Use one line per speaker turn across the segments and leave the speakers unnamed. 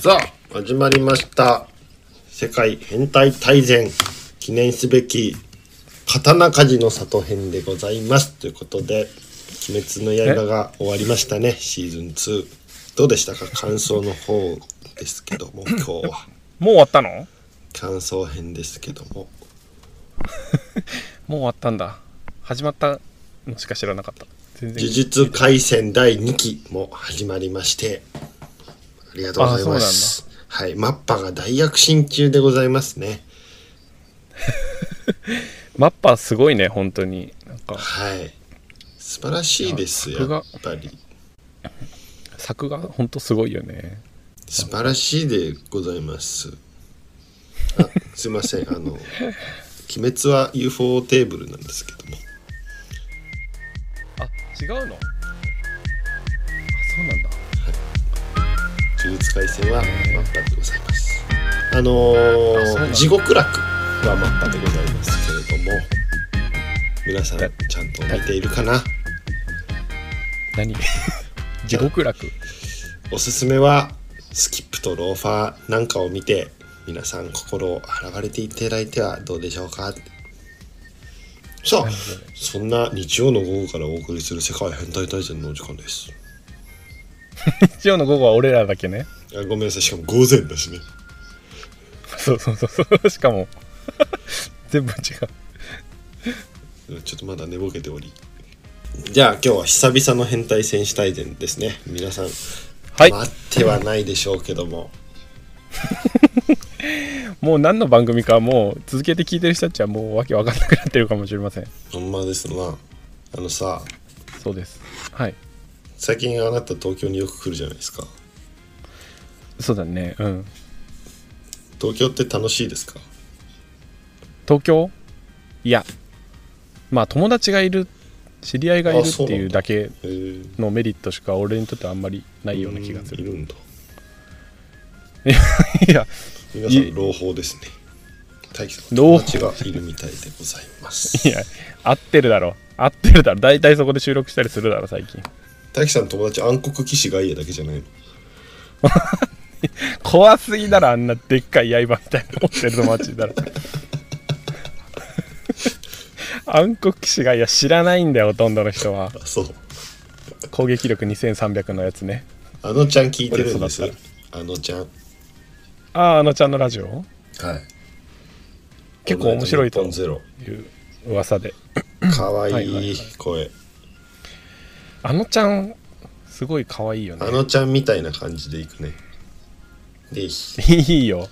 さあ始まりました世界変態大全記念すべき刀鍛冶の里編でございますということで「鬼滅の刃」が終わりましたねシーズン2どうでしたか感想の方ですけども今日は
もう終わったのも
感想編ですけども
う終わったんだ始まったのしか知らなかった
「
全
呪術廻戦第2期」も始まりましてありがとうございますはいマッパが大躍進中でございますね
マッパーすごいね本当になんか
はい素晴らしいです
い
よ
や
やっ
作
ぱり
作画本当すごいよね
素晴らしいでございますあすいませんあの「鬼滅」は UFO テーブルなんですけども
あ違うのあそうなんだ
呪術廻戦はマッパでございますあのー
あそうなんだ
地獄楽はマッパでございますけれども皆さんちゃんと見ているかな
何地獄楽
おすすめはスキップとローファーなんかを見て皆さん心を洗われていただいてはどうでしょうかさあそんな日曜の午後からお送りする世界変態大全のお時間です
日曜の午後は俺らだけね
あごめんなさいしかも午前ですね
そうそうそうそうしかも 全部違う
うんちょっとまだ寝ぼけておりじゃあ今日は久々の変態戦士大全ですね皆さん、
はい
待ってはないでしょうけども
もう何の番組かもう続けて聞いてる人たちはもうわけわかんなくなってるかもしれません
ほんまですなあのさ
そうですはい
最近あなた東京によく来るじゃないですか
そうだねうん
東京って楽しいですか
東京いやまあ友達がいる知り合いがい
あ
るっ
そう
て
なんだ
いうだけ
へー
のメリットしか俺にとってはあんまりないような気がする
いるんだ
いや
皆さ
い
ん朗報ですね大輝さん
朗
友
報
達がいるみたいでございます
いや合ってるだろ合ってるだろ大体そこで収録したりするだろ最近
大輝さんの友達暗黒騎士ガイアだけじゃないの
怖すぎだろあんなでっかい刃みたいなの持ってる友達い たら暗黒騎士がいや知らないんだよほとんどの人は
あそう
攻撃力2300のやつね
あのちゃん聞いてるんです
俺育
あのちゃんはい
あああのちゃんのラジオ結構面白いと
オールナイトニッポンゼロ
いう噂で
可愛
はいはいい
い声
あのちゃんすごい可愛いよね
あのちゃんみたいな感じでいくねです
いいよ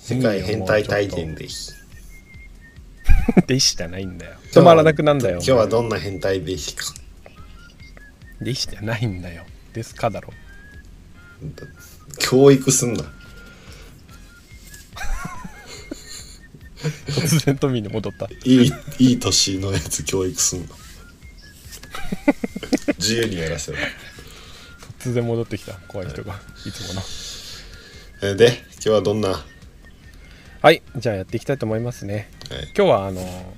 世界変態大全です
弟子じゃない んだよ止まらなくなんだよ
今日はどんな変態ですか
弟子じゃないんだよですかだろ
教育すんな
突然トミーに戻った
いいいい年のやつ教育すん の自由にやらせろ
突然戻ってきた怖い人がいつもの
えーで今日はどんな、は
はいじゃあやっていきたいと思いますね
い、
今日はあの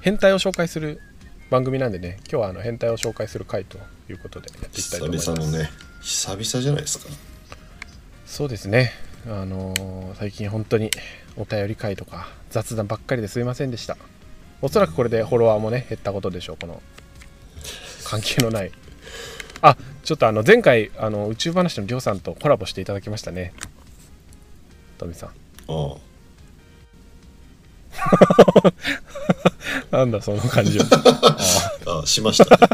変態を紹介する番組なんでね今日はあの変態を紹介する回ということでやっていきた
久
いと思います
々のね久々じゃないですか
そうですねあのー最近本当にお便り会とか雑談ばっかりですいませんでしたおそらくこれでフォロワーもね減ったことでしょうこの関係のないあちょっとあの前回あの宇宙話のりょうさんとコラボしていただきましたねトミさん
あ
なんだその感じは
ああしました、ね、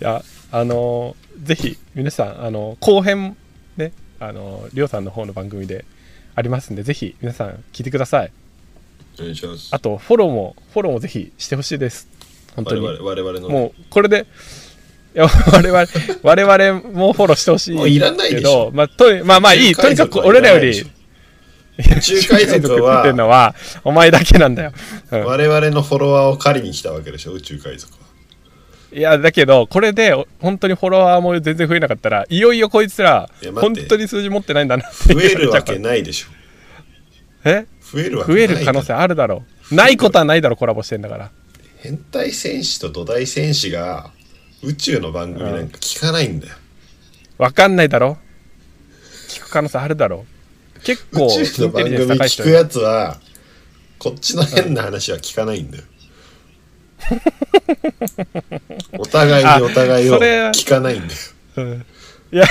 いやあのーぜひ皆さんあの後編ねあのりょうさんの方の番組でありますんでぜひ皆さん聞いてください
お願いします
あとフォローもフォローもぜひしてほしいです本当
我
に
々我々のね、
もうこれでいや我々 我々もフォローしてほしい
もういらないでしょ
けどまあとにまあまあいいとにかく俺らより
中海 賊
宇宙海っていう
は
のはお前だけな んだよ、うん
我々のフォロワーを借りに来たわけでしょ宇宙海賊はい
やだけどこれでお本当にフォロワーも全然増えなかったらいよいよこいつら
いや待っ
本
て
当に数字持ってないんだなって
増えるわけ
言わ
ない
れち
でしょ
ゃうからえ
増えるわけ
増
ない
え
から
る可能性あるだろうないことはないだろうコラボしてんだから
変態戦士と土台戦士が宇宙の番組なんか聞かないんだよ、
わかんないだろ可能性あるだろう結構
宇
イ
宙の
ンテ
番
リジ
組
ェンス高
聞
い人
くやつはこっちの変な話は聞かないんだ よお互いにお互いを
あそれ
聞かないんだよ
うんいや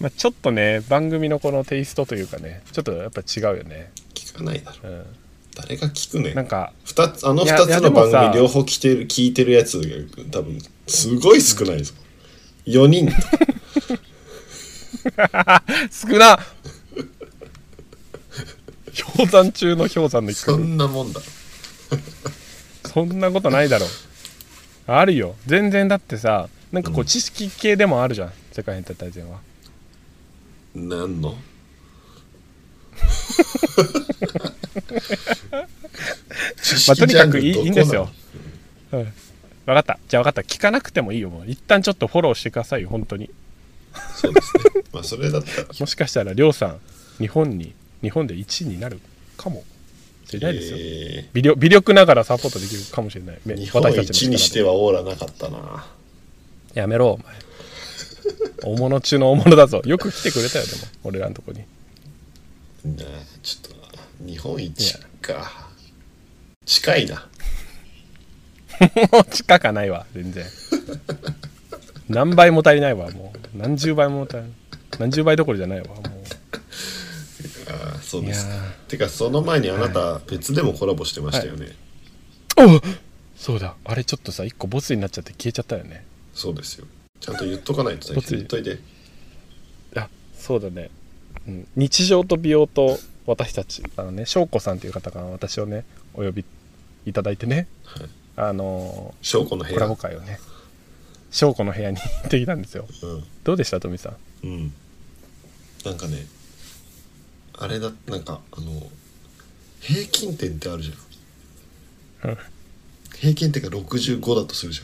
まあちょっとね番組のこのテイストというかねちょっとやっぱ違うよね、
聞かないだろ
うん、
誰が聞くねん
なんか
二つあの
いや
2
いや
つ
で
の
もさ
番組両方聞いてる聞いてるやつが多分すごい少ないぞ、4人 とか
少な氷山中の氷山の一
そ
角
んなもんだろ
そんなことないだろうあるよ全然だってさなんかこう知識系でもあるじゃん世界変態大全は
なんの知
まあ、
識
とにかくいい
ジャンルどこなの
いいんですよ。うん、分かった。じゃあ分かった。聞かなくてもいいよ。もう一旦ちょっとフォローしてくださいよ、本当に。
そうですねまあそれだったら
もしかしたら、りょうさん、日本に、日本で1位になるかもしれないですよ。
え
微力微力ながらサポートできるかもしれない。め
ー日本
私たちの力
一
で
にしてはオーラなかったな
やめろ、お前。大物中の大物だぞ。よく来てくれたよ、でも、俺らのとこに。
なあちょっと日本一か近いな
もう近かないわ、全然。何倍も足りないわ、もう。何十倍も足りない。何十倍どころじゃないわ、もう。
あーそう
い
で
や
すか
ー
てかその前にあなた別でもコラボしてましたよね、
おそうだあれちょっとさ一個ボツになっちゃって消えちゃったよね
そうですよちゃんと言っとかないと
ぼ
ね
つい
言っといて
あそうだね、うん、日常と美容と私たちあのね翔子さんという方が私をねお呼びいただいてね、
はい
あの
証拠の部
コラボ
屋
会をね翔子の部屋に行ってきたんですよ
うん
どうでした富さん
うんなんかねあれだなんかあの平均点ってあるじゃ
うんん
平均点が65だとするじ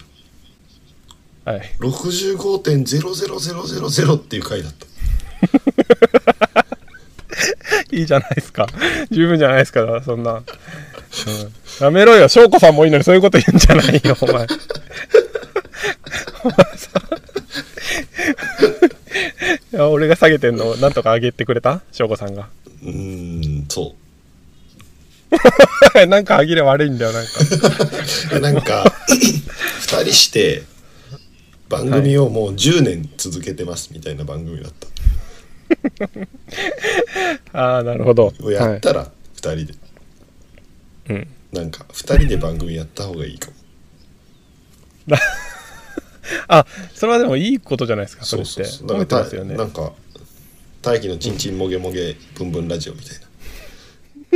ゃん
はい
65.00000っていう回だった
いいじゃないですか十分じゃないですかそんな、うん、やめろよ翔子さんもいいのにそういうこと言うんじゃないよお 前お前さいや俺が下げてんのをなんとか上げてくれた翔子さんが
うーんそう
なんか上げれ悪いんだよなんか
でなん か2人して番組をもう10年続けてますみたいな番組だった、
ああなるほど
をやっ
は
たら2人で、
いうん、
なんか2人で番組やった方がいいかも
あそれはでもいいことじゃないですかそれって褒
だ
めて
か
ま
ら
すよね
なんか大気のちんちんもげもげぶんぶんラジオみた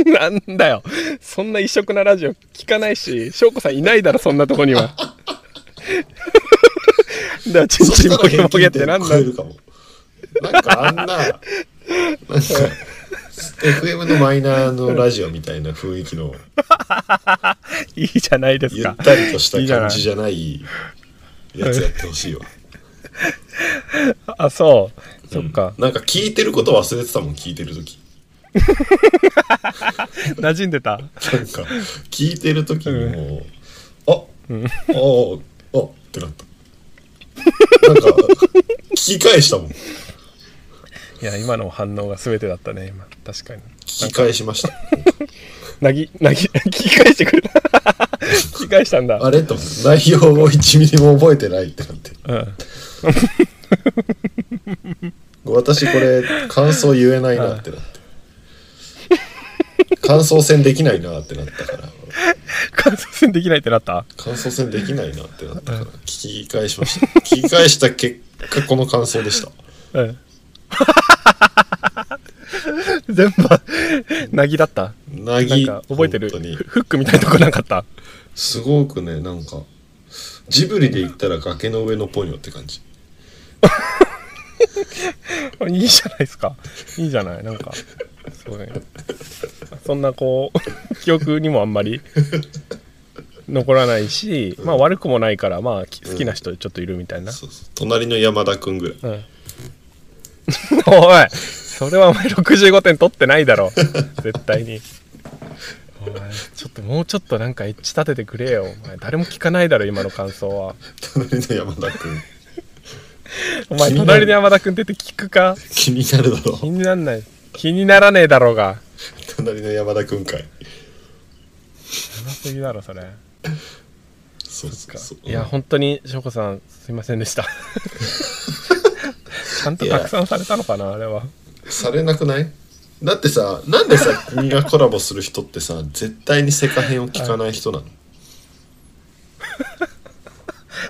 いな
なんだよ。そんな異色なラジオ聞かないし、翔子さんいないだろ、そんなとこには。だ から、ちん
そし
ちん
た
ポ
ら
ケ
平
ポケっ
均
て
点
なん
を
だ
超えるかもなんかあんななんか FM のマイナーのラジオみたいな雰囲気の
いいじゃないです
ゆ
か
っ。たりとした感じじゃないやつやってほしいわ
あ、そう。そっか。
なんか聞いてること忘れてたもん聞いてる時
馴染んで
な
た。
んか聞いてる時にもう「あ、あああってなったなんか聞き返したもん聞
いや、今の反応が全てだったね、今。確かに。
き返しました
なぎ、なぎ、 聞き返してくれた。 聞き返したんだ。
あれと思って内容を1ミリも覚えてないってなって
うん。
私これ感想言えないなってなって感想戦できないなってなったから
感想戦できないってなった
感想戦できないなってなったから聞き返しま した聞き返した結果この感想でした
うん。 全部、なぎだった。
な
なん
ぎ
か覚えてる
本当に
フフックみたいなとこなかった
すごくねなんかジブリで言ったら崖の上のポニョって感じ
いいじゃないですかいいじゃないなんかそうねそんなこう 記憶にもあんまり残らないし、まあ悪くもないからまあき好きな人ちょっといるみたいな、
そうそう隣の山田くんぐらい
うん おいそれはお前65点取ってないだろ絶対にお前ちょっともうちょっとなんかエッチ立ててくれよお前誰も聞かないだろ今の感想は
隣の山田くん
お前隣の山田君出て聞くか
気になるだろ
気になんない気にならねえだろうが
隣の山田君かい
長すぎだろそれ
そうそうそう
いや本当に翔子さんすいませんでしたちゃんと拡散されたのかなあれは
されなくないだってさなんでさ 君がコラボする人ってさ絶対にセカ編を聞かない人なの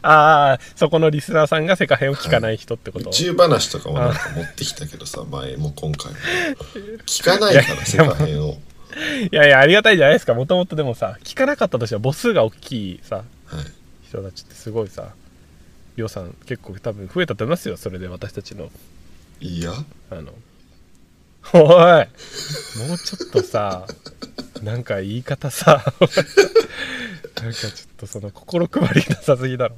ああそこのリスナーさんが世界編を聞かない人ってこ
宇
と、
宙話とかもなんか持ってきたけどさ前も今回も聞かないからセカ編を
いやいやありがたいじゃないですかもともとでもさ聞かなかったとしては母数が大きいさ
はい
人たちってすごいさ予算結構多分増えたと思いますよそれで私たちの
いや
あのおいもうちょっとさなんか言い方さなんかちょっとその心配りなさすぎだろ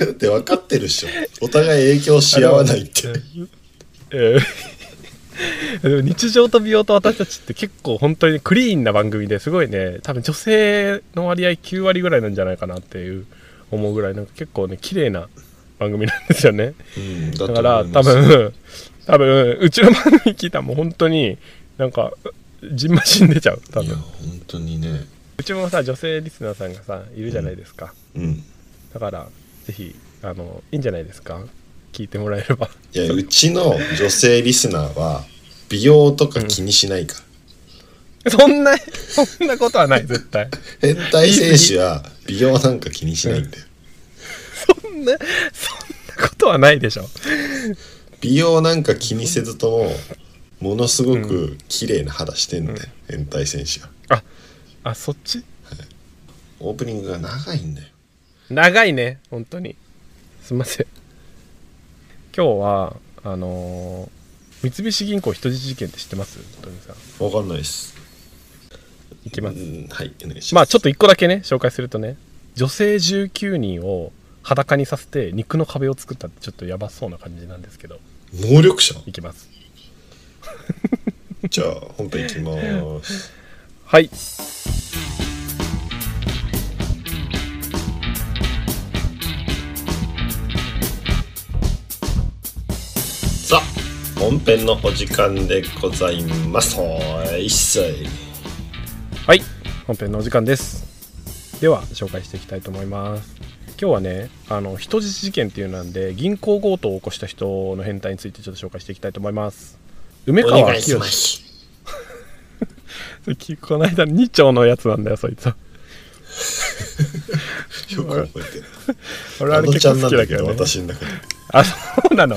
だって分かってるっしょお互い影響し合わないって
えー でも日常と美容と私たちって結構本当にクリーンな番組ですごいね多分女性の割合9割ぐらいなんじゃないかなっていう思うぐらいなんか結構ね綺麗な番組なんですよね
うんだ
だ
と思
か
い
ら
ます
多分 多分うちの番組聞いたらもう本当になんかじんましん出ちゃう多
いや
分
本当にね
うちもさ女性リスナーさんがさいるじゃないですか、
うん
だからぜひあのいいんじゃないですか聞いてもらえれば
いやうちの女性リスナーは美容とか気にしないから、
そんな、そんなことはない、絶対。
変態選手は美容なんか気にしないんだよ
そんな、そんなことはないでしょ。
美容なんか気にせずともものすごく綺麗な肌してんだよ、変態選手は
あ、そっち
オープニングが長いんだよ
長いね、本当に。すいません。今日は、あのー三菱銀行人質事件って知ってますトミさん。
わかんないです
いきま
う。
す
んはいお願いします
まあ、ちょっと一個だけね、紹介するとね、女性19人を裸にさせて肉の壁を作ったってちょっとやばそうな感じなんですけど、
能力者
いきます。
じゃあ本編いきまー す
はい。
さあ本編のお時間でございますおーい一切
はい本編のお時間ですでは紹介していきたいと思います今日はねあの人質事件っていうのなんで銀行強盗を起こした人の変態についてちょっと紹介していきたいと思います梅
お
川
願いし
清
ます
この間2丁のやつなんだよそいつは
よく覚えてる
俺
あ
あれ
のち
結
ゃん
構
なん
好きだ
だ
け
け
ど、
ど
ね、
私の中で
あそうなの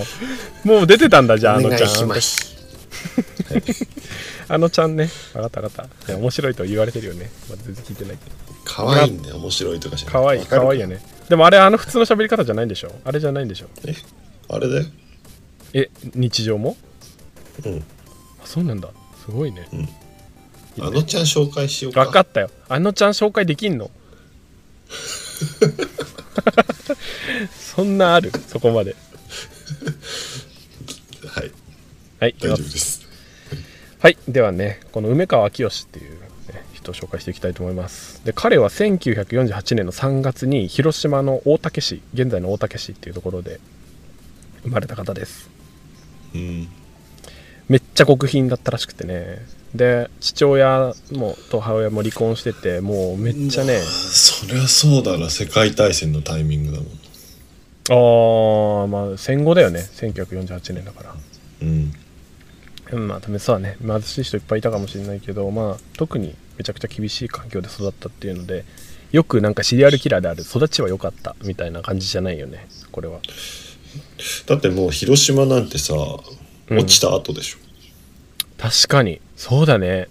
もう出てたんだじゃああのちゃん
す
あのちゃんね分かった分かったいや面白いと言われてるよね、まあ、全然聞いてないけど
可愛いんだよ面白いとかじゃなくて
可愛い
わかる
可愛いよねでもあれあの普通の喋り方じゃないんでしょあれじゃないんでしょ
えあれだよ
え日常も
うん
あそうなんだすごいね
あのちゃん紹介しようか
分かったよあのちゃん紹介でき んのそんなあるそこまで
はい
は
大丈夫
いいき
で
ます
す
はいではねこの梅川清っていう、ね、人を紹介していきたいと思いますで彼は1948年の3月に広島の大竹市現在の大竹市っていうところで生まれた方です
うん
めっちゃ極貧だったらしくてねで父親もと母親も離婚しててもうめっちゃね、
そりゃそうだな世界大戦のタイミングだもん
あーまあ戦後だよね1948年だから
うん
うんまあ多分そうはね貧しい人いっぱいいたかもしれないけどまあ特にめちゃくちゃ厳しい環境で育ったっていうのでよくなんかシリアルキラーである育ちは良かったみたいな感じじゃないよねこれは
だってもう広島なんてさ
うん
落ちた後でしょ、
確かにそうだね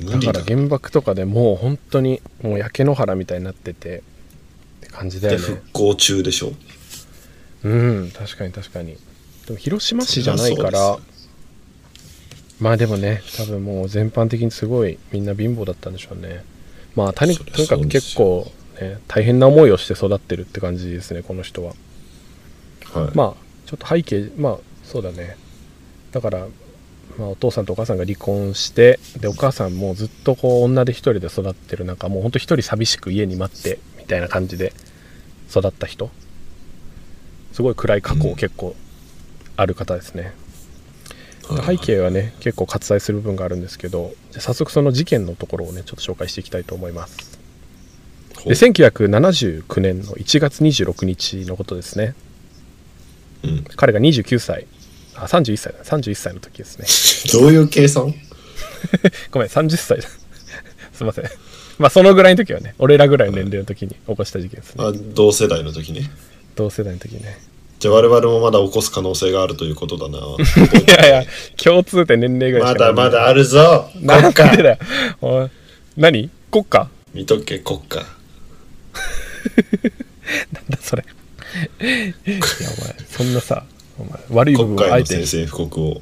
だ
無理
か
だ
ら原爆とかでもう本当にもう焼け野原みたいになっててって感じだ
で
よね
復興中でしょ
うん確かに確かにでも広島市じゃないか
そりゃ
ら
そうで
まあでもね多分もう全般的にすごいみんな貧乏だったんでしょうねまあとに
そりゃ
とにか
そ
く
うです
結
よ
構、ね、大変な思いをして育ってるって感じですねこの人は
はい、
まあちょっと背景まあそうだねだから、まあ、お父さんとお母さんが離婚してでお母さんもずっとこう女で一人で育ってる中もうほんと一人寂しく家に待ってみたいな感じで育った人すごい暗い過去を結構ある方ですね、背景はね結構割愛する部分があるんですけどじゃあ早速その事件のところをねちょっと紹介していきたいと思います
ほ
で
う
1979年の1月26日のことですね
うん
彼が29歳あ31歳だ31歳の時ですね
どういう計算
ごめん30歳だ すいませんまあそのぐらいの時はね俺らぐらいの年齢の時に起こした事件ですね
あ同世代の時ね
同世代の時ね
じゃあ我々もまだ起こす可能性があるということだな
いやいや共通点年齢ぐら
ま
いし
だ
かない
まだあるぞ
な
国
んでだ
家
よおい何国家
見とけ国家
なんだそれ いやお前そんなさお前悪い部分
国
をあ
会
え
の
て
宣戦布告を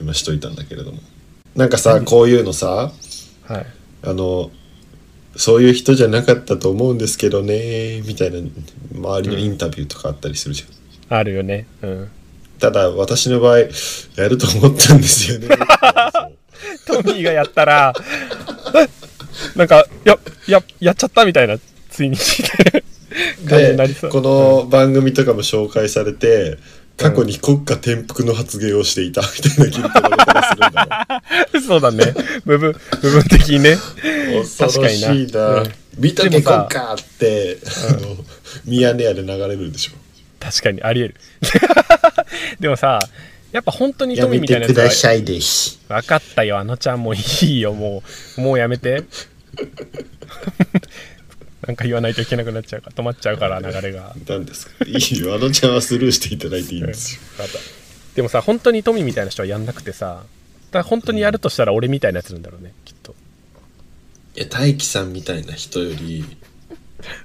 今しといたんだけれどもなんかさこういうのさ
はい
あのそういう人じゃなかったと思うんですけどねみたいな周りのインタビューとかあったりするじゃん、
あるよねうん
ただ私の場合やると思ったんです よね
トミーがやったら なんかやややっちゃったみたいなついに感じになり
で
そう
この番組とかも紹介されて過去に国家転覆の発言をしていたみたいな記録が出たりするんだ
そうだね部分部分的にね
ろ恐ろしい
確かに
な
なうん
見とけ
でも
国
さ
家って、あのミヤネ屋で流れるでしょ
確かにありえる でもさやっぱ本当に
や
トミ
め
ーみたい
て
な
くだ
やつは
さいです
分かったよあのちゃんもういいよもうもうやめて なんか言わないといけなくなっちゃうから止まっちゃうから流れが
何ですかいいよあのちゃんはスルーしていただいていいん
うん
ですよ
でもさ本当にトミーみたいな人はやんなくてさだから本当にやるとしたら俺みたいなやつなんだろうねきっと
いや大樹さんみたいな人よ り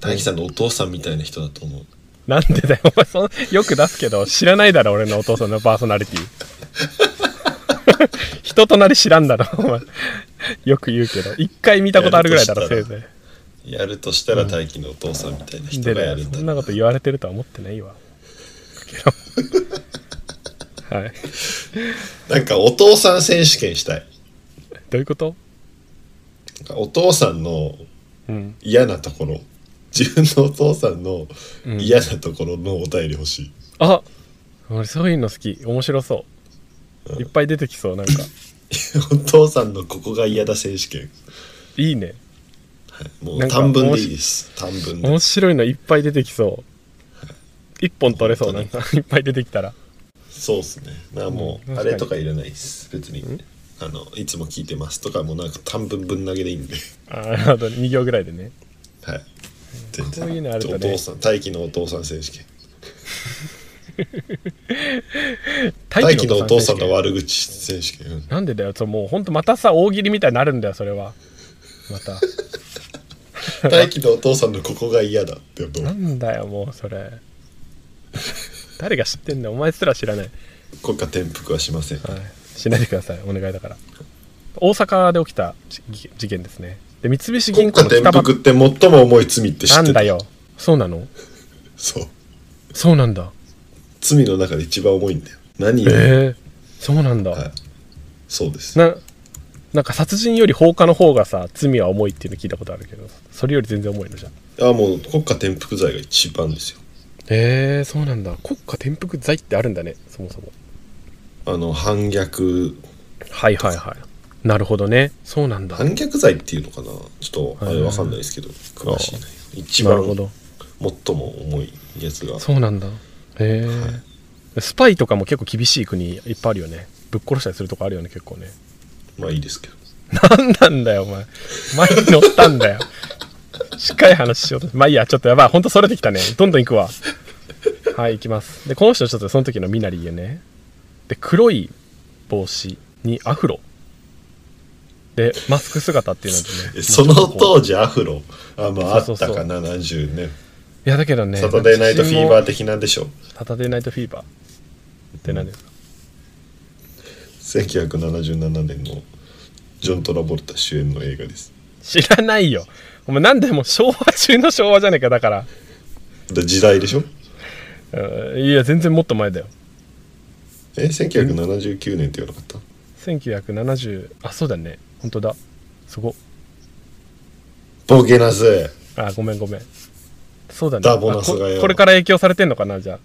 大樹さんのお父さんみたいな人だと思う
なんでだよお前そんよく出すけど知らないだろ俺のお父さんのパーソナリティ 人となり知らんだろお前よく言うけど一回見たことあるぐらいだろ
やる
せい
としたら
ぜ
やるとしたら大樹のお父さんみたいない人
で
がや
ね
るんだ
そんなこと言われてるとは思ってな いわけどはい
なんかお父さん選手権したい
どういうこと
なんかお父さんの
うん
嫌なところ自分のお父さんの
うん
嫌なところのお便り欲しい、
あ俺そういうの好き面白そういっぱい出てきそうなんか
お父さんのここが嫌だ選手権
いいね
も
な
うん
か
短文でいいです短文で
面白いのいっぱい出てきそう一本取れそうなん
本
かいっぱい出てきたら
そうっすねなも
うん
うあれとかいらないです別にあのいつも聞いてますとかもうなんか短文ぶん投げでいいんで
あーなるほど2行ぐらいでね
はい全然
こういうのあるとね
お父さん大輝のお父さん選手権大輝のお父さんの悪口選手権、うん
なんでだよそうもうほんとまたさ大喜利みたいになるんだよそれはまた
大輝のお父さんのここが嫌だってどう
なんだよもうそれ誰が知ってんだよお前すら知らない、
国家転覆はしません
はい、しないでくださいお願いだから大阪で起きた事事件ですねで三菱銀
国
行
家
の
転
北ば
覆って最も重い罪って知って
な
た
んだよそうなの
そう
そうなんだ
罪の中で一番重いんだよ何より、
ええそうなんだ、
はいそうです
ななんか殺人より放火の方がさ罪は重いっていうの聞いたことあるけどそれより全然重いのじゃん
あもう国家転覆罪が一番ですよ
えー、そうなんだ国家転覆罪ってあるんだねそもそも
あの反逆
はいはいはいなるほどねそうなんだ
反逆罪っていうのかなちょっとあ
はい
れ
はい
わかんないですけど詳しいね一
な
番
るほど
最も重いやつが
そうなんだえースパイとかも結構厳しい国いっぱいあるよねぶっ殺したりするとこあるよね結構ね
まあいいですけど
なんなんだよお前前に乗ったんだよしっかり話しようとまあいいやちょっとやばいほんとそれてきたねどんどん行くわはい行きますでこの人ちょっとその時の身なりよねで黒い帽子にアフロでマスク姿っていうので
え
ね
その当時アフロあまああっ
そう
た
そうそう
かな70年
いやだけどね
サタデーナイトフィーバ
ー
ー的なんでしょう
サタデーナイトフィーバーって何ですか
1977年のジョン・トラボルタ主演の映画です
知らないよお前なんでもう昭和中の昭和じゃねえかだから
だ時代でしょ
うんいや全然もっと前だよ
え1979年って言わなかった
1970あそうだね本当だすご
ボケなす
あごめんごめんそうだね
ダボナスが
あ
よ
ここれから影響されてんのかなじゃあ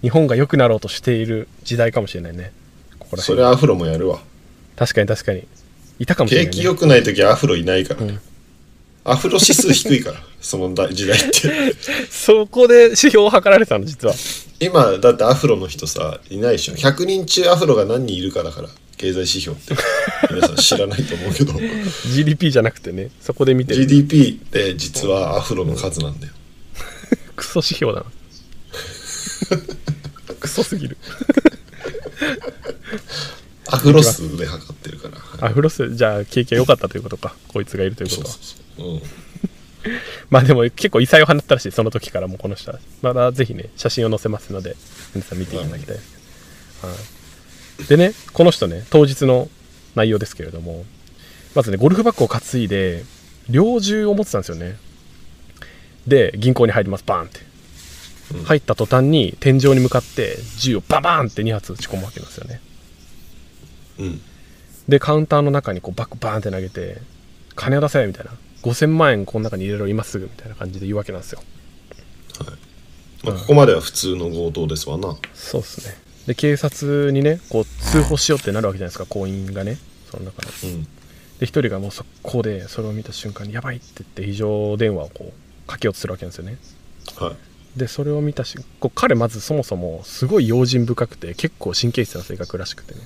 日本が良くなろうとしている時代かもしれないねここら
そ
辺
れアフロもやるわ
確かに確かにいたかもしれ
景
ない、
気
ね、
良くない時はアフロいないから、
うん
アフロ指数低い からその時代って
そこで指標を測られてたの実は
今だってアフロの人さいないでしょ100人中アフロが何人いるかだから経済指標って皆さん知らないと思うけど
GDP じゃなくてねそこで見てる
GDP って実はアフロの数なんだよ
クソ指標だな クソすぎる
アフロ数で測ってるから
アフロスじゃあ景気が良かったということかこいつがいるという
そ
こ
う
とは
そうそう、うん、
まあでも結構異彩を放ったらしいその時からもうこの人はまだぜひね写真を載せますので皆さん見ていただきたいです、はい、でねこの人ね当日の内容ですけれどもまずねゴルフバッグを担いで猟銃を持ってたんですよねで銀行に入りますバーンって
うん
入った途端に天井に向かって銃をババーンって2発撃ち込むわけなんですよね
うん、
でカウンターの中にこうバックバーンって投げて「金を出せ!」みたいな「5,000万円この中に入れろ今すぐ」みたいな感じで言うわけなんですよ
まあ、ここまでは普通の強盗ですわな
そうですねで警察にねこう通報しようってなるわけじゃないですか行員がねその中の
うん
で1人がもう速攻でそれを見た瞬間に「やばい!」って言って非常電話をこうかけようとするわけなんですよね
はい
でそれを見たしこう彼まずそもそもすごい用心深くて結構神経質な性格らしくてね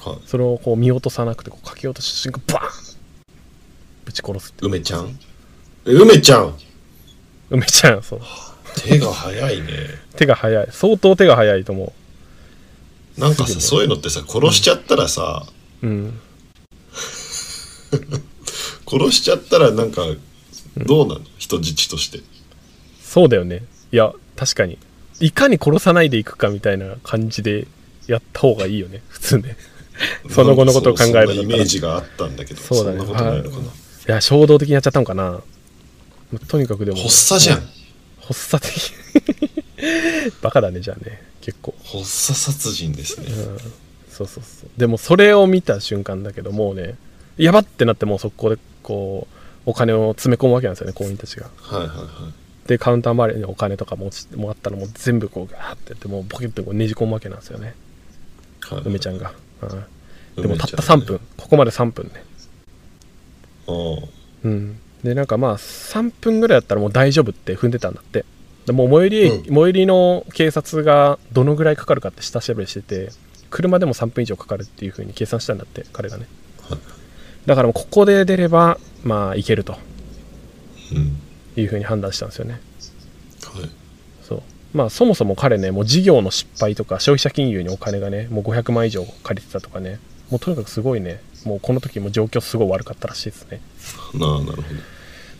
はい
それをこう見落とさなくてこうかけようとした瞬間バーンぶち殺すっていう
梅ちゃんえ梅ちゃん
梅ちゃんそう
手が早いね
手が早い相当手が早いと思
なんかさそういうのってさ殺しちゃったらさ、
ううん
殺しちゃったらなんかどうなの、人質として
そうだよねいや確かにいかに殺さないでいくかみたいな感じでやった方がいいよね普通ねその後のことを考えるんだった
な
ら
んかそそんなイメージがあったんだけどそ
そうだ
ん
ね
なことないのかな、
いや衝動的にやっちゃったのかなもうとにかくでも
発作じゃん
発作的 バカだねじゃあね結構
発作殺人ですね、
そうそうそうでもそれを見た瞬間だけどもうねやばってなってもう速攻でこうお金を詰め込むわけなんですよね行員たちが
はいはいはい
でカウンター周りにお金とかも落ちもらったのも全部こうガーってやってもうポケットにこうねじ込むわけなんですよね
はい
梅ちゃんが、うんでも
梅ちゃんね
たった3分、ここまで3分ね
おう
うんでなんかまあ3分ぐらいだったらもう大丈夫って踏んでたんだってでもう最寄り、
うん
最寄りの警察がどのぐらいかかるかって下調べしてて車でも3分以上かかるっていうふうに計算したんだって彼がね
はい
だからもうここで出ればまあいけると
うん
いうふうに判断したんですよね
はい
そうまあそもそも彼ねもう事業の失敗とか消費者金融にお金がねもう500万以上借りてたとかねもうとにかくすごいねもうこの時も状況すごい悪かったらしいですね
なあなるほど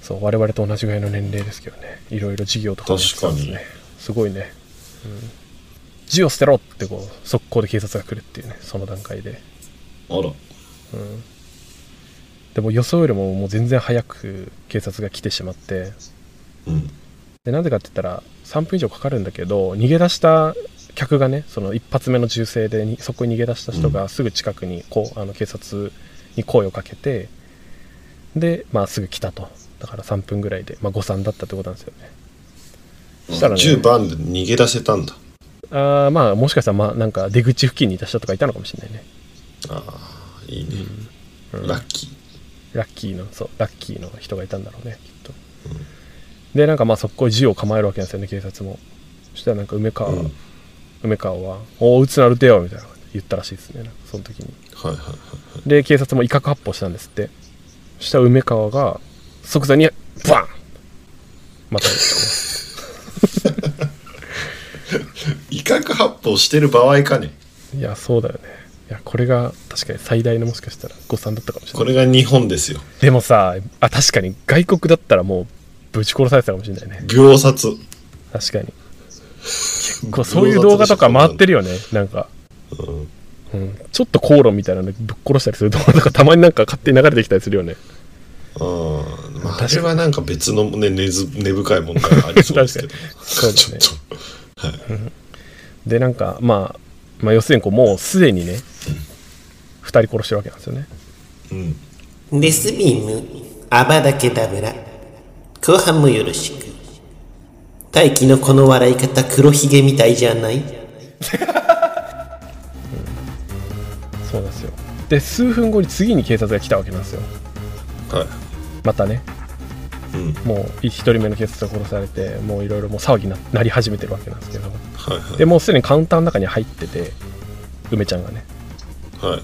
そう我々と同じぐらいの年齢ですけどねいろいろ事業とかもやってたんですね
確
すごいね、うん、銃を捨てろってこう速攻で警察が来るっていうねその段階で
あら
でも予想よりももう全然早く警察が来てしまって
うん
でなぜかって言ったら3分以上かかるんだけど逃げ出した客がねその一発目の銃声でにそこに逃げ出した人がすぐ近くにこうあの警察に声をかけてで、まあ、すぐ来たとだから3分ぐらいで、まあ、誤算だったってことなんですよねしたらね
10番で逃げ出せたんだ
あーまあもしかしたらまあなんか出口付近にいた人とかいたのかもしれないね
ああいいね、ラッキー
ラッキーのそうラッキーの人がいたんだろうねきっと、でなんかまあそこ銃を構えるわけなんですよね警察もそしたらなんか梅川、
うん
梅川は「おお撃つなるてよ」みたいなこと言ったらしいですねなんかその時に
はいはいはい
で警察も威嚇発砲したんですってそしたら梅川が即座にバンまた撃ち込む
威嚇発砲してる場合かね
いやそうだよねいやこれが確かに最大のもしかしたら誤算だったかもしれない
これが日本ですよ
でもさあ確かに外国だったらもうぶち殺されてたかもしれないね
秒殺
確かにこうそういう動画とか回ってるよねなんか、
うん
うん、ちょっと口論みたいなのでぶっ殺したりする動画とかたまになんか勝手に流れてきたりするよね
うんまあ、あ
確か
れ
に
はなんか別の、ね、根ず根深い問題がありそうですけ ど
そうだ
ちょっ
ね
と
でなんか、まあ、まあ要するにこうもうすでにね2人殺してるわけなんですよね
うん
デスビーム、アバダケダブラ。後半もよろしく。大輝のこの笑い方黒ひげみたいじゃない
そうなんですよで数分後に次に警察が来たわけなんですよ
はい
またね
うん
もう一人目の警察が殺されてもういろいろもう騒ぎにななり始めてるわけなんですけど
はいはい
でもうすでにカウンターの中に入ってて梅ちゃんがね
はい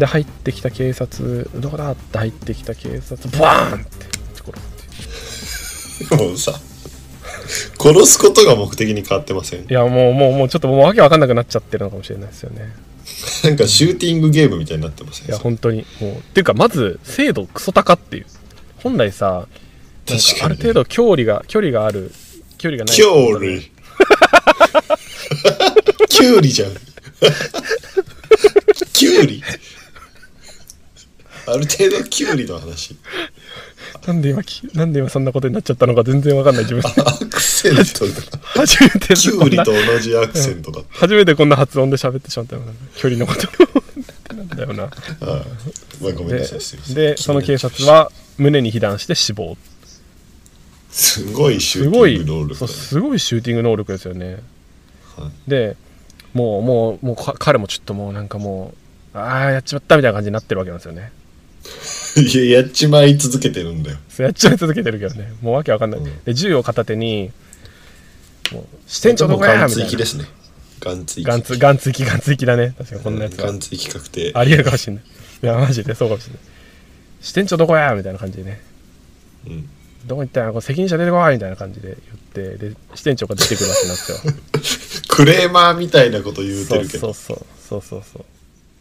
で入ってきた警察どこだって入ってきた警察バーンって撃ち殺すっていう
もうさ殺すことが目的に変わってません
いやもうもうもうちょっともう訳わかんなくなっちゃってるのかもしれないですよね
なんかシューティングゲームみたいになってません
いや本当にもうっていうかまず精度クソ高っていう本来さなん
確
か
か
あ
に
る程度距離が距離がある距離がない
キュウリ キュウリじゃん キュウリある程度キュウリの話
なんで今きなんで今そんなことになっちゃったのか全然わかんない自分
アクセントが
初めて
キュ
こ
ウ
ん
リ
な
と同じアクセン トだっ
初めてこんな発音で喋ってしまったような距離のことなんだよな
た、はいまあ、ごめんなさいすいません
ででその警察は胸に被弾して死亡
すごいシュ
す
ーテ
ご
ィ
い
ング能力
そ
だ
う
ね
すごいシューティング能力ですよね、
は
でもうもうもうか彼もちょっともうなんかもうああやっちまったみたいな感じになってるわけなんですよね
いややっちまい続けてるんだよ
そうやっちゃい続けてるけどねもうわけわかんない、
うん
で銃を片手にもう支店長どこ
もうガ
や
ン
み
ツ
た
イ
い
キ
な
ですねガンツイキ
ガンツガンツイキガンツイキだね確かにこんなやつが
ガンツイキ確定
ありえるかもしれないいやマジでそうかもしれない支店長どこやみたいな感じでね
うん
どこ行ったんやこう責任者出てこいみたいな感じで言ってで支店長が出てくるわけなんですよ
クレーマーみたいなこと 言うて
そう
るけ
そ
ど
うそうそうそうそう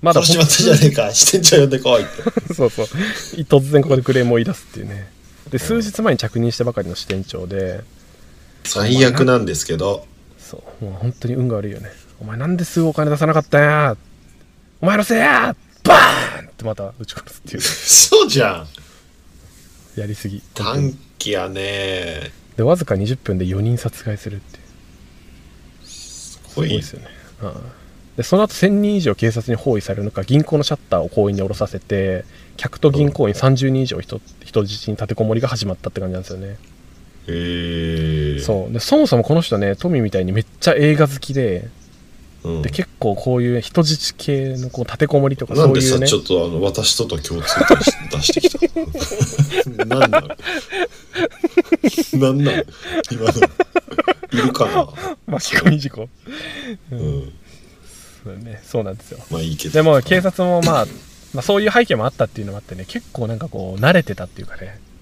まだ
殺 しまったじゃねえか支店長呼んでこいって
そうそう突然ここでクレームを言い出すっていうねで数日前に着任したばかりの支店長で
最悪なんですけど
そうもう本当に運が悪いよねお前なんですぐお金出さなかったんやお前のせいやバーンってまた打ち殺すってい
そうじゃん
うやりすぎ
短期やね
でわずか20分で4人殺害するっていう
す
す
ご
ごい
い
ですよね、うんでその後1000人以上警察に包囲される中銀行のシャッターを行員に下ろさせて客と銀行員30人以上人人質に立てこもりが始まったって感じなんですよね
へえ
そうでそもそもこの人ねトミーみたいにめっちゃ映画好きで
うん、
で結構こういう人質系のこう立てこもりとか
な
そ
ん
う
で
い
さ、
うね
ちょっとあの私とと共通点し出してきた のなんなのなんなの今のいるかな
巻き込み事故
うん
そう,、ね、そうなんですよ
まあいいけど
でも警察も、まあ、まあそういう背景もあったっていうのもあってね結構なんかこう慣れてたっていうかね、うん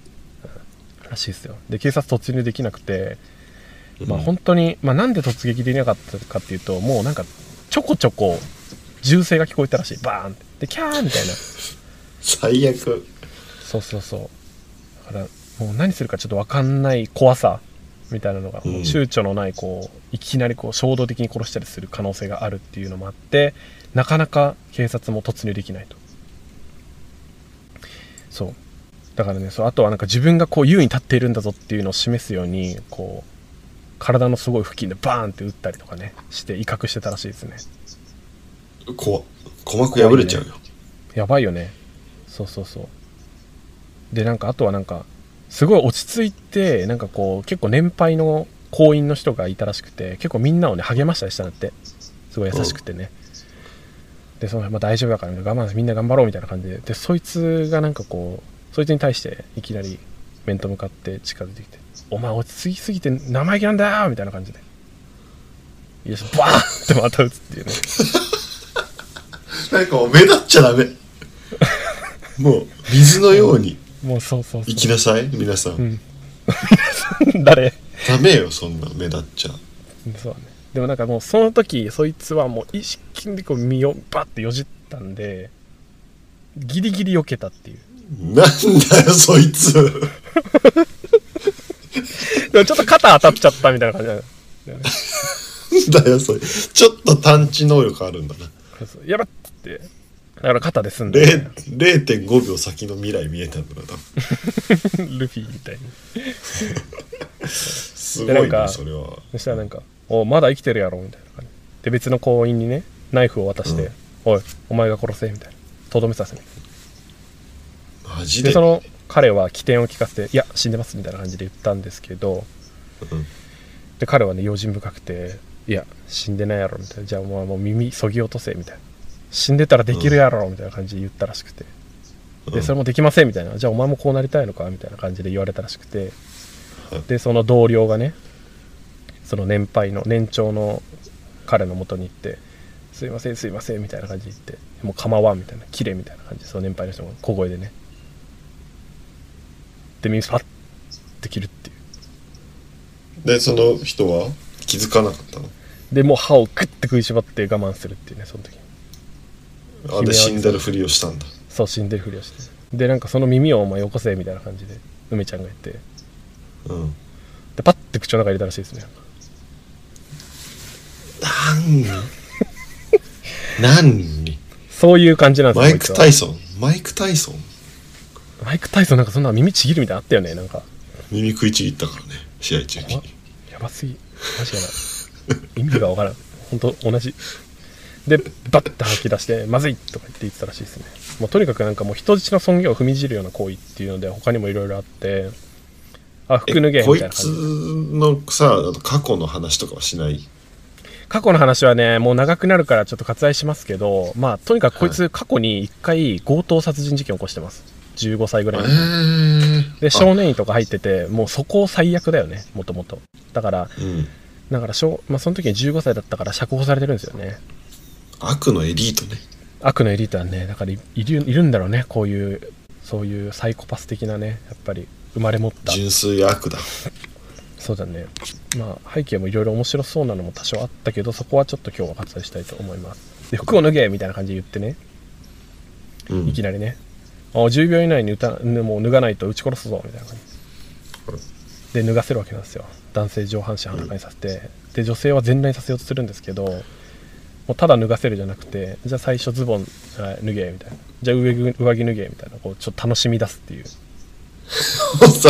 らしいですよで警察突入できなくて、まあ
うん
本当に、まあ、なんで突撃できなかったかっていうともうなんかちょこちょこ銃声が聞こえたらしいバーンってでキャーみたいな
最悪
そうそうそうだからもう何するかちょっと分かんない怖さみたいなのが、
うん
もう躊躇のないこういきなりこう衝動的に殺したりする可能性があるっていうのもあってなかなか警察も突入できないとそうだからねそうあとはなんか自分がこう優位に立っているんだぞっていうのを示すようにこう体のすごい付近でバーンって撃ったりとかねして威嚇してたらしいですね
こ鼓膜破れちゃうよ、
やばいよねそうそうそうでなんかあとはなんかすごい落ち着いてなんかこう結構年配の行員の人がいたらしくて結構みんなをね励ましたりしたんだってすごい優しくてね、でその、まあ、大丈夫だから我慢みんな頑張ろうみたいな感じででそいつがなんかこうそいつに対していきなり面と向かって近づいてきて「お前落ち着きすぎて生意気なんだよ!」みたいな感じでよしバーンってまた打つっていうね
なんかもう目立っちゃ ダメもう水のように
もうそうそうそ
行きなさい皆さん、
んう 誰
ダメよそんな目立っちゃ
そうだねでもなんかもうその時そいつはもう意識でこう身をバッてよじったんでギリギリ避けたっていう
なんだよそいつ
でもちょっと肩当たっちゃったみたいな感じだね
なんだよそれちょっと探知能力あるんだな
そうそうやばっつってだから肩で済んでね、
0 0.5秒先の未来見えたんだな多分
ルフィみたいに
すご
でなん
いね
か
それは
そしたらなんか「おうまだ生きてるやろ」みたいな感じで別の行員にねナイフを渡して「
うん
おいお前が殺せ」みたいなとどめさせみたいな
マジ
で
で
その彼は起点を聞かせて「いや死んでます」みたいな感じで言ったんですけど、で彼はね用心深くて「いや死んでないやろ」みたいな「じゃあお前もう耳そぎ落とせ」みたいな「死んでたらできるやろ」みたいな感じで言ったらしくてでそれもできませんみたいな「じゃあお前もこうなりたいのか」みたいな感じで言われたらしくてでその同僚がねその年配の年長の彼の元に行って「すいませんすいません」みたいな感じで言って「もう構わん」みたいな「綺麗みたいな感じでその年配の人も小声でねで耳パッて切るっていう
でその人は気づかなかったの
でもう歯をグッて食いしばって我慢するっていうねその時に
あで
君は
死んでるふりをしたんだ
そう死んでるふりをしてでなんかその耳をお前よこせみたいな感じで梅ちゃんが言って
うん
でパッて口の中に入れたらしいですね
何に何に
そういう感じなんです
マ
よ
イ
こいつ
ク・
は
タイソンマイク・タイソン
マイク・タイソンなんかそんな耳ちぎるみたいなのあったよねなんか
耳食いちぎったからね試合中に
怖やばすぎマジやばい意味がわからん本当同じでバッて吐き出して「まずい!」とか言って言ってたらしいですねもうとにかくなんかもう人質の尊厳を踏みにじるような行為っていうので他にもいろいろあってあ服脱げ
え
みた
こ
い
い
な感
つ
じ
のさあと過去の話とかはしない
過去の話はねもう長くなるからちょっと割愛しますけどまあとにかくこいつ過去に1回強盗殺人事件を起こしてます15歳ぐらいの時
え
で少年院とか入っててもうそこ最悪だよねもともとだから
うん
だから小、まあ、その時に15歳だったから釈放されてるんですよね
悪のエリートね
悪のエリートはねだからいいるいるんだろうねこういうそういうサイコパス的なねやっぱり生まれ持った
純粋悪だ
そうだねまあ背景もいろいろ面白そうなのも多少あったけどそこはちょっと今日は割愛したいと思いますで服を脱げみたいな感じで言ってね
うん
いきなりね、あ10秒以内に打たもう脱がないと撃ち殺すぞみたいな感じで脱がせるわけなんですよ男性上半身裸にさせて、で女性は全裸にさせようとするんですけどもうただ脱がせるじゃなくてじゃあ最初ズボンあ脱げみたいなじゃあ上着上着脱げみたいなこうちょっと楽しみ出すっていう
もうさ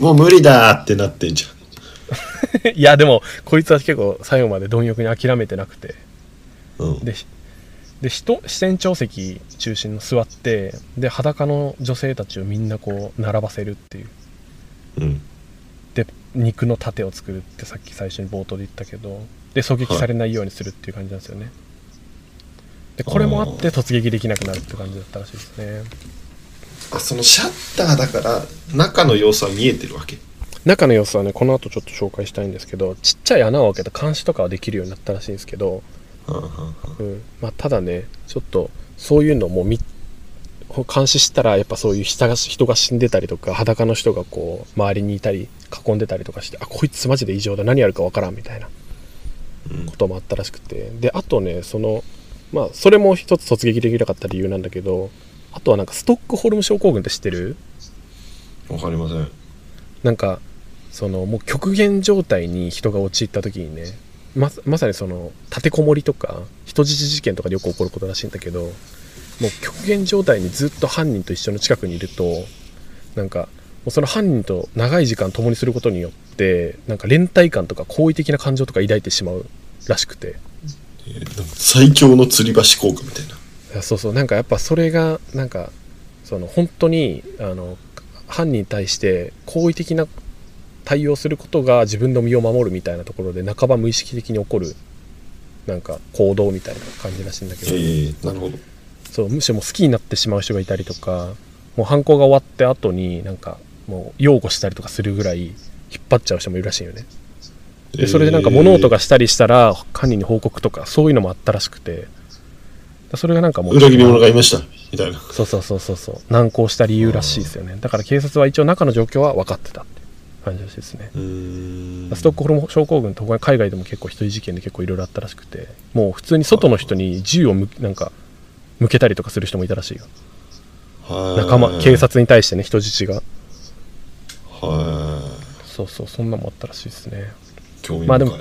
もう無理だーってなってんじゃん
いやでもこいつは結構最後まで貪欲に諦めてなくて
うん、
でひで人視線長席中心の座ってで裸の女性たちをみんなこう並ばせるっていう
うん、
で肉の盾を作るってさっき最初に冒頭で言ったけどで狙撃されないようにするっていう感じなんですよね、でこれもあって突撃できなくなるって感じだったらしいですね
あそのシャッターだから中の様子は見えてるわけ
中の様子はねこの後ちょっと紹介したいんですけどちっちゃい穴を開けた監視とかはできるようになったらしいんですけど、
うんうんうん
うんまあ、ただねちょっとそういうのも見監視したらやっぱそういう人が人が死んでたりとか裸の人がこう周りにいたり囲んでたりとかしてあこいつマジで異常だ何やるかわからんみたいな
うん
こともあったらしくてであとねそのまあそれも一つ突撃できなかった理由なんだけどあとはなんかストックホルム症候群って知ってる
わかりません
なんかそのもう極限状態に人が陥った時にねままさにその立てこもりとか人質事件とかでよく起こることらしいんだけどもう極限状態にずっと犯人と一緒の近くにいるとなんかもうその犯人と長い時間共にすることによってなんか連帯感とか好意的な感情とか抱いてしまうらしくて
えーなんか最強の吊り橋効果みたいない
やそうそうなんかやっぱそれがなんかその本当にあの犯人に対して好意的な対応することが自分の身を守るみたいなところで半ば無意識的に起こるなんか行動みたいな感じらしいんだけど、
えー、なるほど
そうむしろもう好きになってしまう人がいたりとかもう犯行が終わって後になんかもう擁護したりとかするぐらい引っ張っちゃう人もいるらしいよねでそれでなんか物音がしたりしたら犯人に報告とかそういうのもあったらしくてそれがなんか
え
も
ー
う
裏切り者がいましたみたいな
そうそうそうそうそう難航した理由らしいですよねだから警察は一応中の状況は分かってたって感じらしいですね
うーん
ストックホルム症候群とか海外でも結構人質事件で結構いろいろあったらしくてもう普通に外の人に銃をむなんか向けたりとかする人もいたらしいよ
はい
仲間警察に対してね人質が
は
そうそうそんなのもあったらしいですね
い興味深い、
まあでも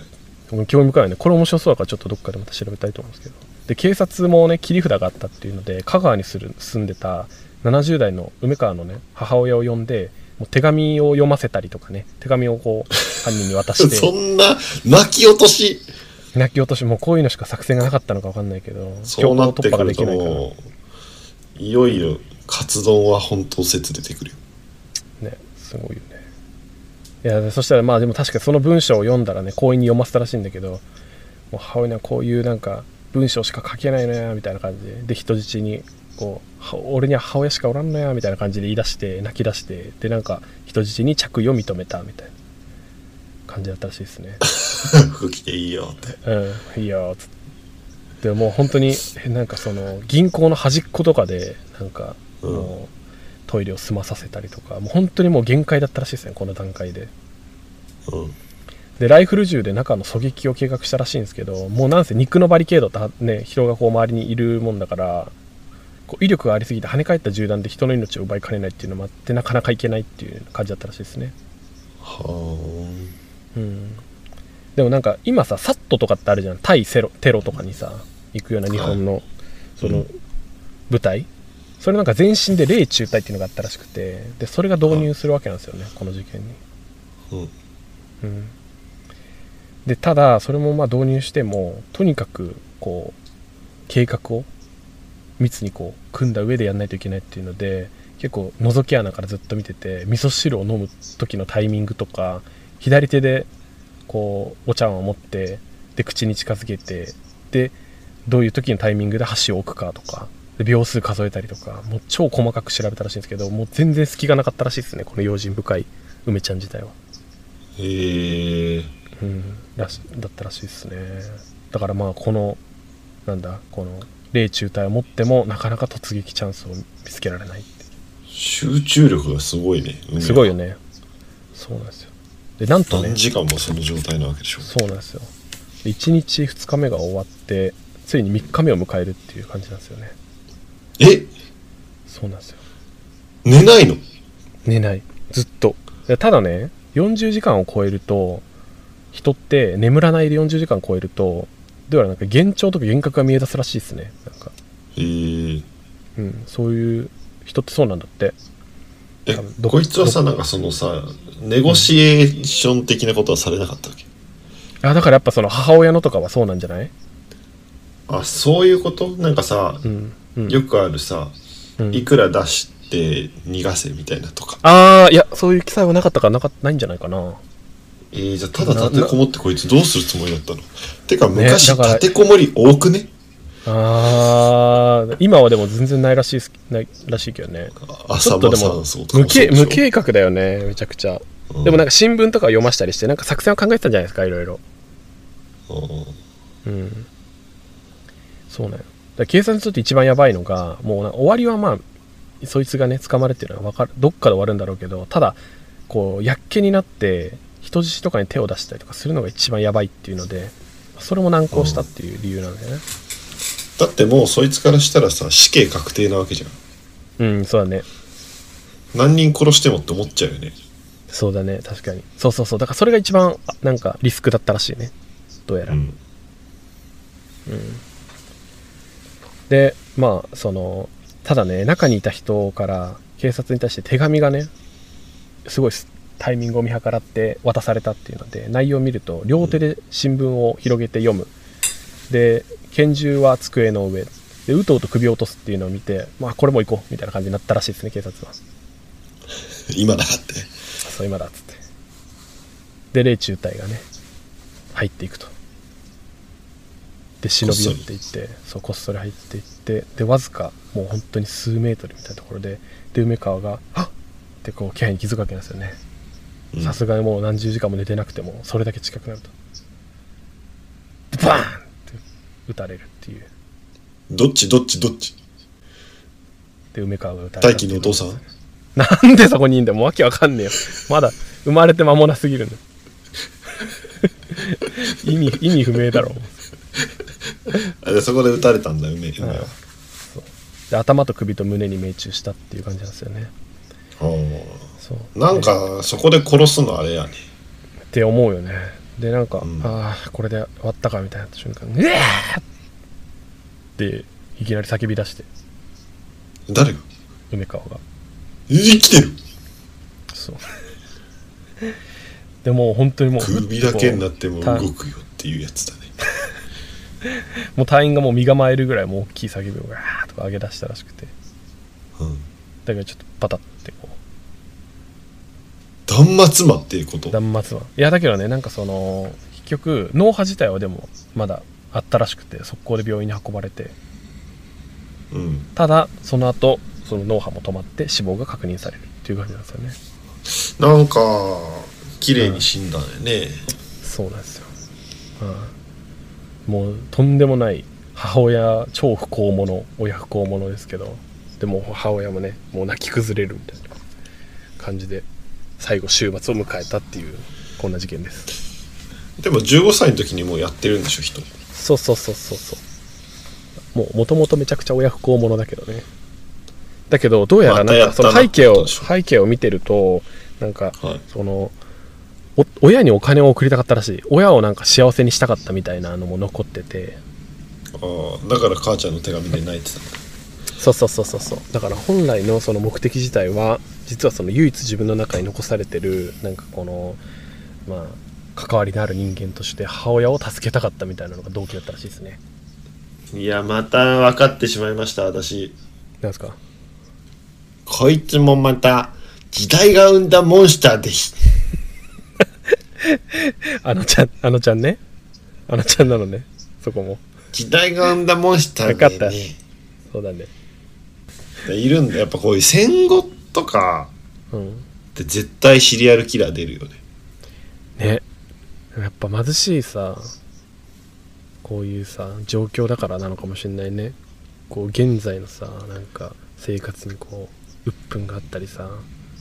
興味深いよねこれ面白そうだからちょっとどっかでまた調べたいと思うんですけどで警察もね切り札があったっていうので香川にする住んでた70代の梅川のね母親を呼んでもう手紙を読ませたりとかね手紙をこう犯人に渡 し
そ
て
んな泣き落とし
泣き落としもうこういうのしか作戦がなかったのか分かんないけど
そうなっ
突
て
破
く
がで
る
き
と
ないから
もういよい よカツ丼は本当説出てくるよ
ねすごいよねいやそしたらまあでも確かにその文章を読んだらね強引に読ませたらしいんだけどもう母親にはこういうなんか文章しか書けないのやみたいな感じでで人質にこうは俺には母親しかおらんのやみたいな感じで言い出して泣き出してでなんか人質に着衣を認めたみたいな感じだったらしいですね
服着ていいよって
うん、いいよつってでもう本当にえなんかその銀行の端っことかでなんか
うん
もうトイレを済まさせたりとかもう本当にもう限界だったらしいですねこの段階で
うん
でライフル銃で中の狙撃を計画したらしいんですけどもうなんせ肉のバリケードってはね人がこう周りにいるもんだからこう威力がありすぎて跳ね返った銃弾で人の命を奪いかねないっていうのもあってなかなかいけないっていう感じだったらしいですね
はーん
うんでもなんか今さサットとかってあるじゃん対セロテロとかにさ行くような日本のその部隊、それなんか前身で霊中隊っていうのがあったらしくてでそれが導入するわけなんですよねこの事件に、
うん
うん、でただそれもまあ導入してもとにかくこう計画を密にこう組んだ上でやんないといけないっていうので結構覗き穴からずっと見てて味噌汁を飲む時のタイミングとか左手でこうお茶碗を持ってで口に近づけてでどういう時のタイミングで箸を置くかとかで秒数数えたりとかもう超細かく調べたらしいんですけどもう全然隙がなかったらしいですねこの用心深い梅ちゃん自体は。
へえ
うん、らしだったらしいですねだからまあこのなんだこの霊中隊を持ってもなかなか突撃チャンスを見つけられないって
集中力がすごいね
すごい
よ
よねそうなんですよでなんとね
何時間もその状態なわけでしょ
そうなんですよ1日2日目が終わってついに3日目を迎えるっていう感じなんですよね
え
そうなんですよ
寝ないの
寝ないずっとでただね40時間を超えると人って眠らないで40時間超えるとどうやらなんか幻聴とか幻覚が見え出すらしいですねなんか
へー
うん、そういう人ってそうなんだって
え
多分ど
こいつはさなんかそのさネゴシエーション的なことはされなかったわけ
あだからやっぱその母親のとかはそうなんじゃない
あそういうことなんかさ
うん、うん、
よくあるさ
うん
いくら出して逃がせみたいなとか
ああいやそういう記載はなかったからなかないんじゃないかな
えー、じゃあただ立てこもってこいつどうするつもりだったのてか昔
だから
立てこもり多くね
ああ今はでも全然ないらしいっすないらしいけどねち
朝
ょっと
間
で
さ
も
んそうとか
無
もそう
計
でしょ
無計画だよねめちゃくちゃ、
うん
でもなんか新聞とか読ましたりしてなんか作戦を考えてたんじゃないですかいろいろ
うん
うんそうねだから警察にとって一番やばいのがもうな終わりはまあそいつがね捕まるっていうのはわかるどっかで終わるんだろうけどただこうやっけになって人質とかに手を出したりとかするのが一番やばいっていうのでそれも難航したっていう理由なんだよね
だってもうそいつからしたらさ死刑確定なわけじゃん
うん、そうだね
何人殺してもって思っちゃうよね
そうだね確かにそうそうそうだからそれが一番あなんかリスクだったらしいねどうやら、
うん
でまあそのただね中にいた人から警察に対して手紙がねすごいすタイミングを見計らって渡されたっていうので内容を見ると両手で新聞を広げて読むで拳銃は机の上でうとうと首を落とすっていうのを見てまあこれも行こうみたいな感じになったらしいですね警察は
今だって
そう今だっつってで霊中隊がね入っていくとで忍び寄っていってそうこっそり入っていってでわずかもう本当に数メートルみたいなところでで梅川が「はっ!」ってこう気配に気づくわけなんですよね
うん
さすがにもう何十時間も寝てなくてもそれだけ近くなるとでバーンって撃たれるっていう
どっちどっちどっち
で梅川が撃たれ
大
た
輝のお父さん
なんでそこにいんだよもうわけわかんねえよまだ生まれて間もなすぎるんだよ意味意味不明だろ
あでそこで撃たれたんだ梅梅は
で頭と首と胸に命中したっていう感じなんですよね
あ
そう
ーなんかそこで殺すのあれやね
って思うよねでなんか、
ん
ああこれで終わったかみたいな瞬間に「うわーっていきなり叫び出して
誰が
梅川が
生きてる
そうでもう本当にもう
首だけになっても
た
動くよっていうやつだね
もう隊員がもう身構えるぐらいもう大きい叫びをガーッとか上げ出したらしくて
うん
だからちょっとパタってこう
断末魔っていうこと
断末魔いやだけどねなんかその結局脳波自体はでもまだあったらしくて速攻で病院に運ばれて
うん
ただその後その脳波も止まって死亡が確認されるっていう感じなんですよね
なんか綺麗に死んだよね、
そうなんですよ、うん、もうとんでもない母親超不幸者親不幸者ですけどでも母親もねもう泣き崩れるみたいな感じで最後終末を迎えたっていうこんな事件です
でも15歳の時にもうやってるんでしょ人
そうそうそうそうそうもうもともとめちゃくちゃ親不幸者だけどねだけどどうやら
ま
な
たや
んか
っ
そ
た
の
な
背景
ってこと
を
でしょ
背景を見てるとなんか
はい
そのお親にお金を送りたかったらしい親をなんか幸せにしたかったみたいなのも残ってて
ああだから母ちゃんの手紙で泣いてたの
そうそうそうそうそうだから本来のその目的自体は実はその唯一自分の中に残されてるなんかこのまあ関わりのある人間として母親を助けたかったみたいなのが動機だったらしいですね
いやまた分かってしまいました私
なんですか
こいつもまた時代が生んだモンスターです
あのちゃんあのちゃんねあのちゃんなのねそこも
時代が生んだモンスター
わ
だよ
か
ね
そうだね
いるんだやっぱこういう戦後とか
うん
って絶対シリアルキラー出るよね
ねやっぱ貧しいさこういうさ状況だからなのかもしれないねこう現在のさなんか生活にこう鬱憤があったりさ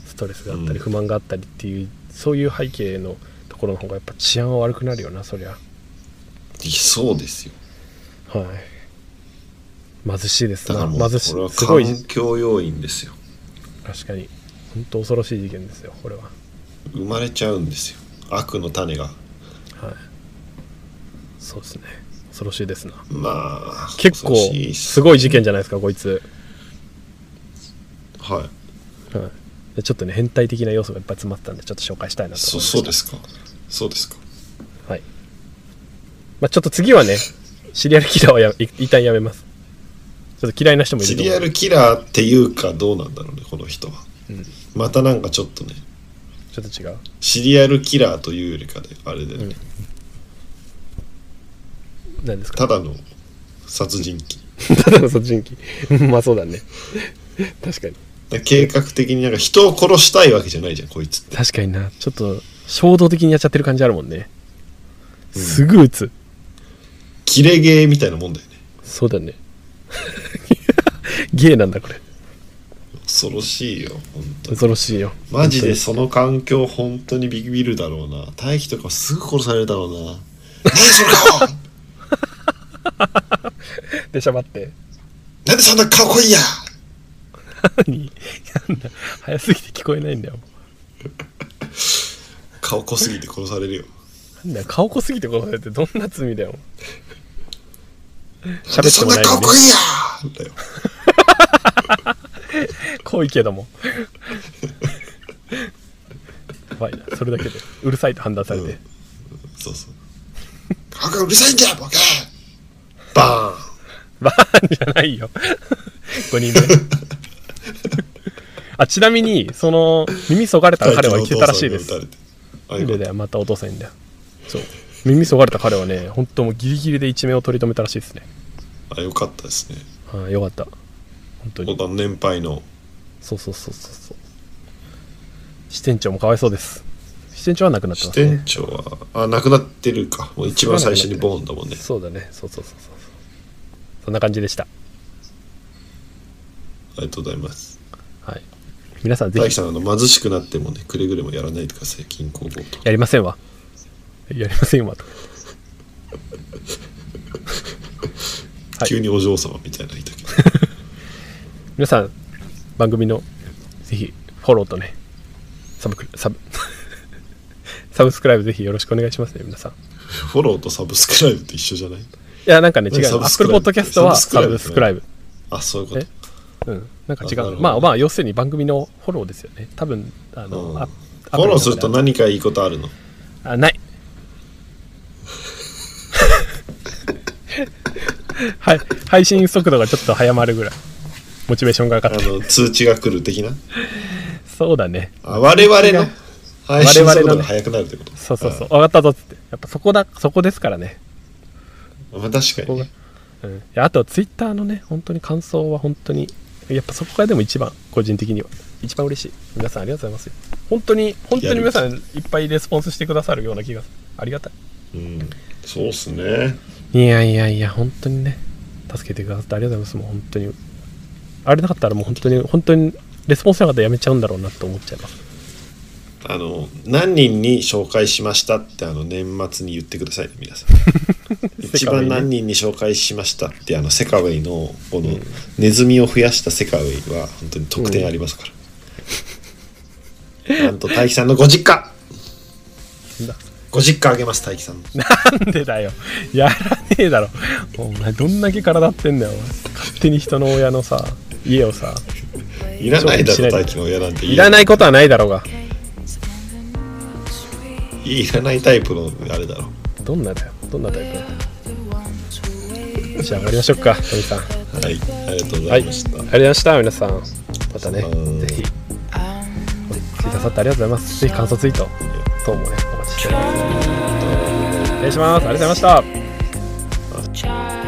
ストレスがあった
うん
り不満があったりっていう、そういう背景のところの方がやっぱ治安は悪くなるよなそりゃ
そうですよ
はい貧しいです
だから
な
もう
貧し
これ
い
は
すごい
環境要因ですよ
確かに本当恐ろしい事件ですよこれは
生まれちゃうんですよ悪の種が
はいそうですね恐ろしいですな
まあ
結構
恐ろしいっ
すごい事件じゃないですかこいつ
はい
はい、でちょっとね変態的な要素がいっぱい詰まってたんでちょっと紹介したいなと
そ
思いました
そうですかそうですか
はいまあ、ちょっと次はねシリアルキラーはやい一旦やめますちょっと嫌いな人もい
シ
ると
リ
思
ア
う
ルキラーっていうかどうなんだろうねこの人は、
ん
またなんかちょっとね
ちょっと違う
シリアルキラーというよりかであれで、ね
何ですか
ただの殺人鬼
た だの殺人鬼まあそうだね確かに
だから計画的になんか人を殺したいわけじゃないじゃんこいつって
確かになちょっと衝動的にやっちゃってる感じあるもんねすぐ打つ、
キレゲーみたいなもんだよね
そうだね ゲーなんだこれ
恐ろしいよ本当に
恐ろしいよ
マジでその環境本当にビビるだろうな大輝とかすぐ殺されるだろうな何その顔
でしゃばって
なんでそんな顔濃いや
何早すぎて聞こえないんだよ
顔濃すぎて殺されるよ
なんだよ顔濃すぎて殺されてどんな罪だよ
なんで
喋って
そん
も
な
ないの
顔
に
濃いやだよ
濃いけどもやばいなそれだけでうるさいと判断されて、
うんそうそう顔がうるさいんだよボケバーン
バーンじゃないよ5人 目あちなみにその耳そがれた彼は生きてたらしいです
大輝のお父さんに撃たれてあよ
で
かった
だよまたお父さんいんだよそう耳そがれた彼はね本当もうギリギリで一命を取り留めたらしいですね
あよかったですね
はいよかった本当に
お年配の
そうそうそうそうそう支店長もかわいそうです支店長は亡くなって
支
ますね
店長はあ亡くなってるかもう一番最初にボーンだもんね
そうだねそうそうそうそうそんな感じでした
ありがとうございます
はい皆さんぜ
大輝
ひ
さんあの貧しくなってもねくれぐれもやらないでください銀行強盗
やりませんわやりませんわとはい
急にお嬢様みたいなのいたけど
皆さん番組のぜひフォローとねサブクサブ サブスクライブぜひよろしくお願いしますね皆さんい
フォローとサブスクライブって一緒じゃない
やなんかね違うの
サブスク
Apple
ライブ
Podcast はサ
サ
ブ
ブ
ス
ス
ク
ク
ラ
ラ
イ
イ
ブ
あそういうこと
うん、なんか違
あなる
う
ほど
まあまあ要するに番組のフォローですよね多分あの、
うん
あ
フォローすると何かいいことあるの
あない はい配信速度がちょっと早まるぐらいモチベーションが上
あ
がって
の通知が来る的な
そうだね
あ我々の配信
我
速
々の
度
ね
が速くなるってこと
そうそうそう分かったぞっつってやっぱそこだそこですからね
うんまあ確か
こ
に
こが
ね、
うん、いやあとはツイッターのね本当に感想は本当にやっぱそこがでも一番個人的には一番嬉しい皆さんありがとうございます本当に本当に皆さんいっぱいレスポンスしてくださるような気がありがたい
うん、そうっすね
いやいやいや、本当にね、助けてくださってありがとうございます、もう本当に。あれなかったらもう本当に、本当に、レスポンスなかったらやめちゃうんだろうなと思っちゃいます。
あの何人に紹介しましたってあの年末に言ってくださいね 皆さん一番何人に紹介しましたってあのセカウェイのこのネズミを増やしたセカウェイは本当に得点あります から、なんと大輝さんのご実家ご実家あげます大輝さんの
なんでだよ。やらねえだろ。お前、どんだけ体張ってんだよ、お前。勝手に人の親のさ、家をさ、
いらないだ
そう
ろ
しない
大輝の親なんて
いらないことはないだろうが。
いらないタイプのあれだろ
どんなだよ、どんなタイプなんだよじゃあ終わりましょうか、トミさん。はい、
はいありがとうご
あ
ざい
りが
まし
と
た、
うございました、皆さん。またね
うん、
ぜひ、来てくださってありがとうございます。ぜひ感想ツイート、どうもね、お待ちしております。お願いします。ありがとうございました。
child.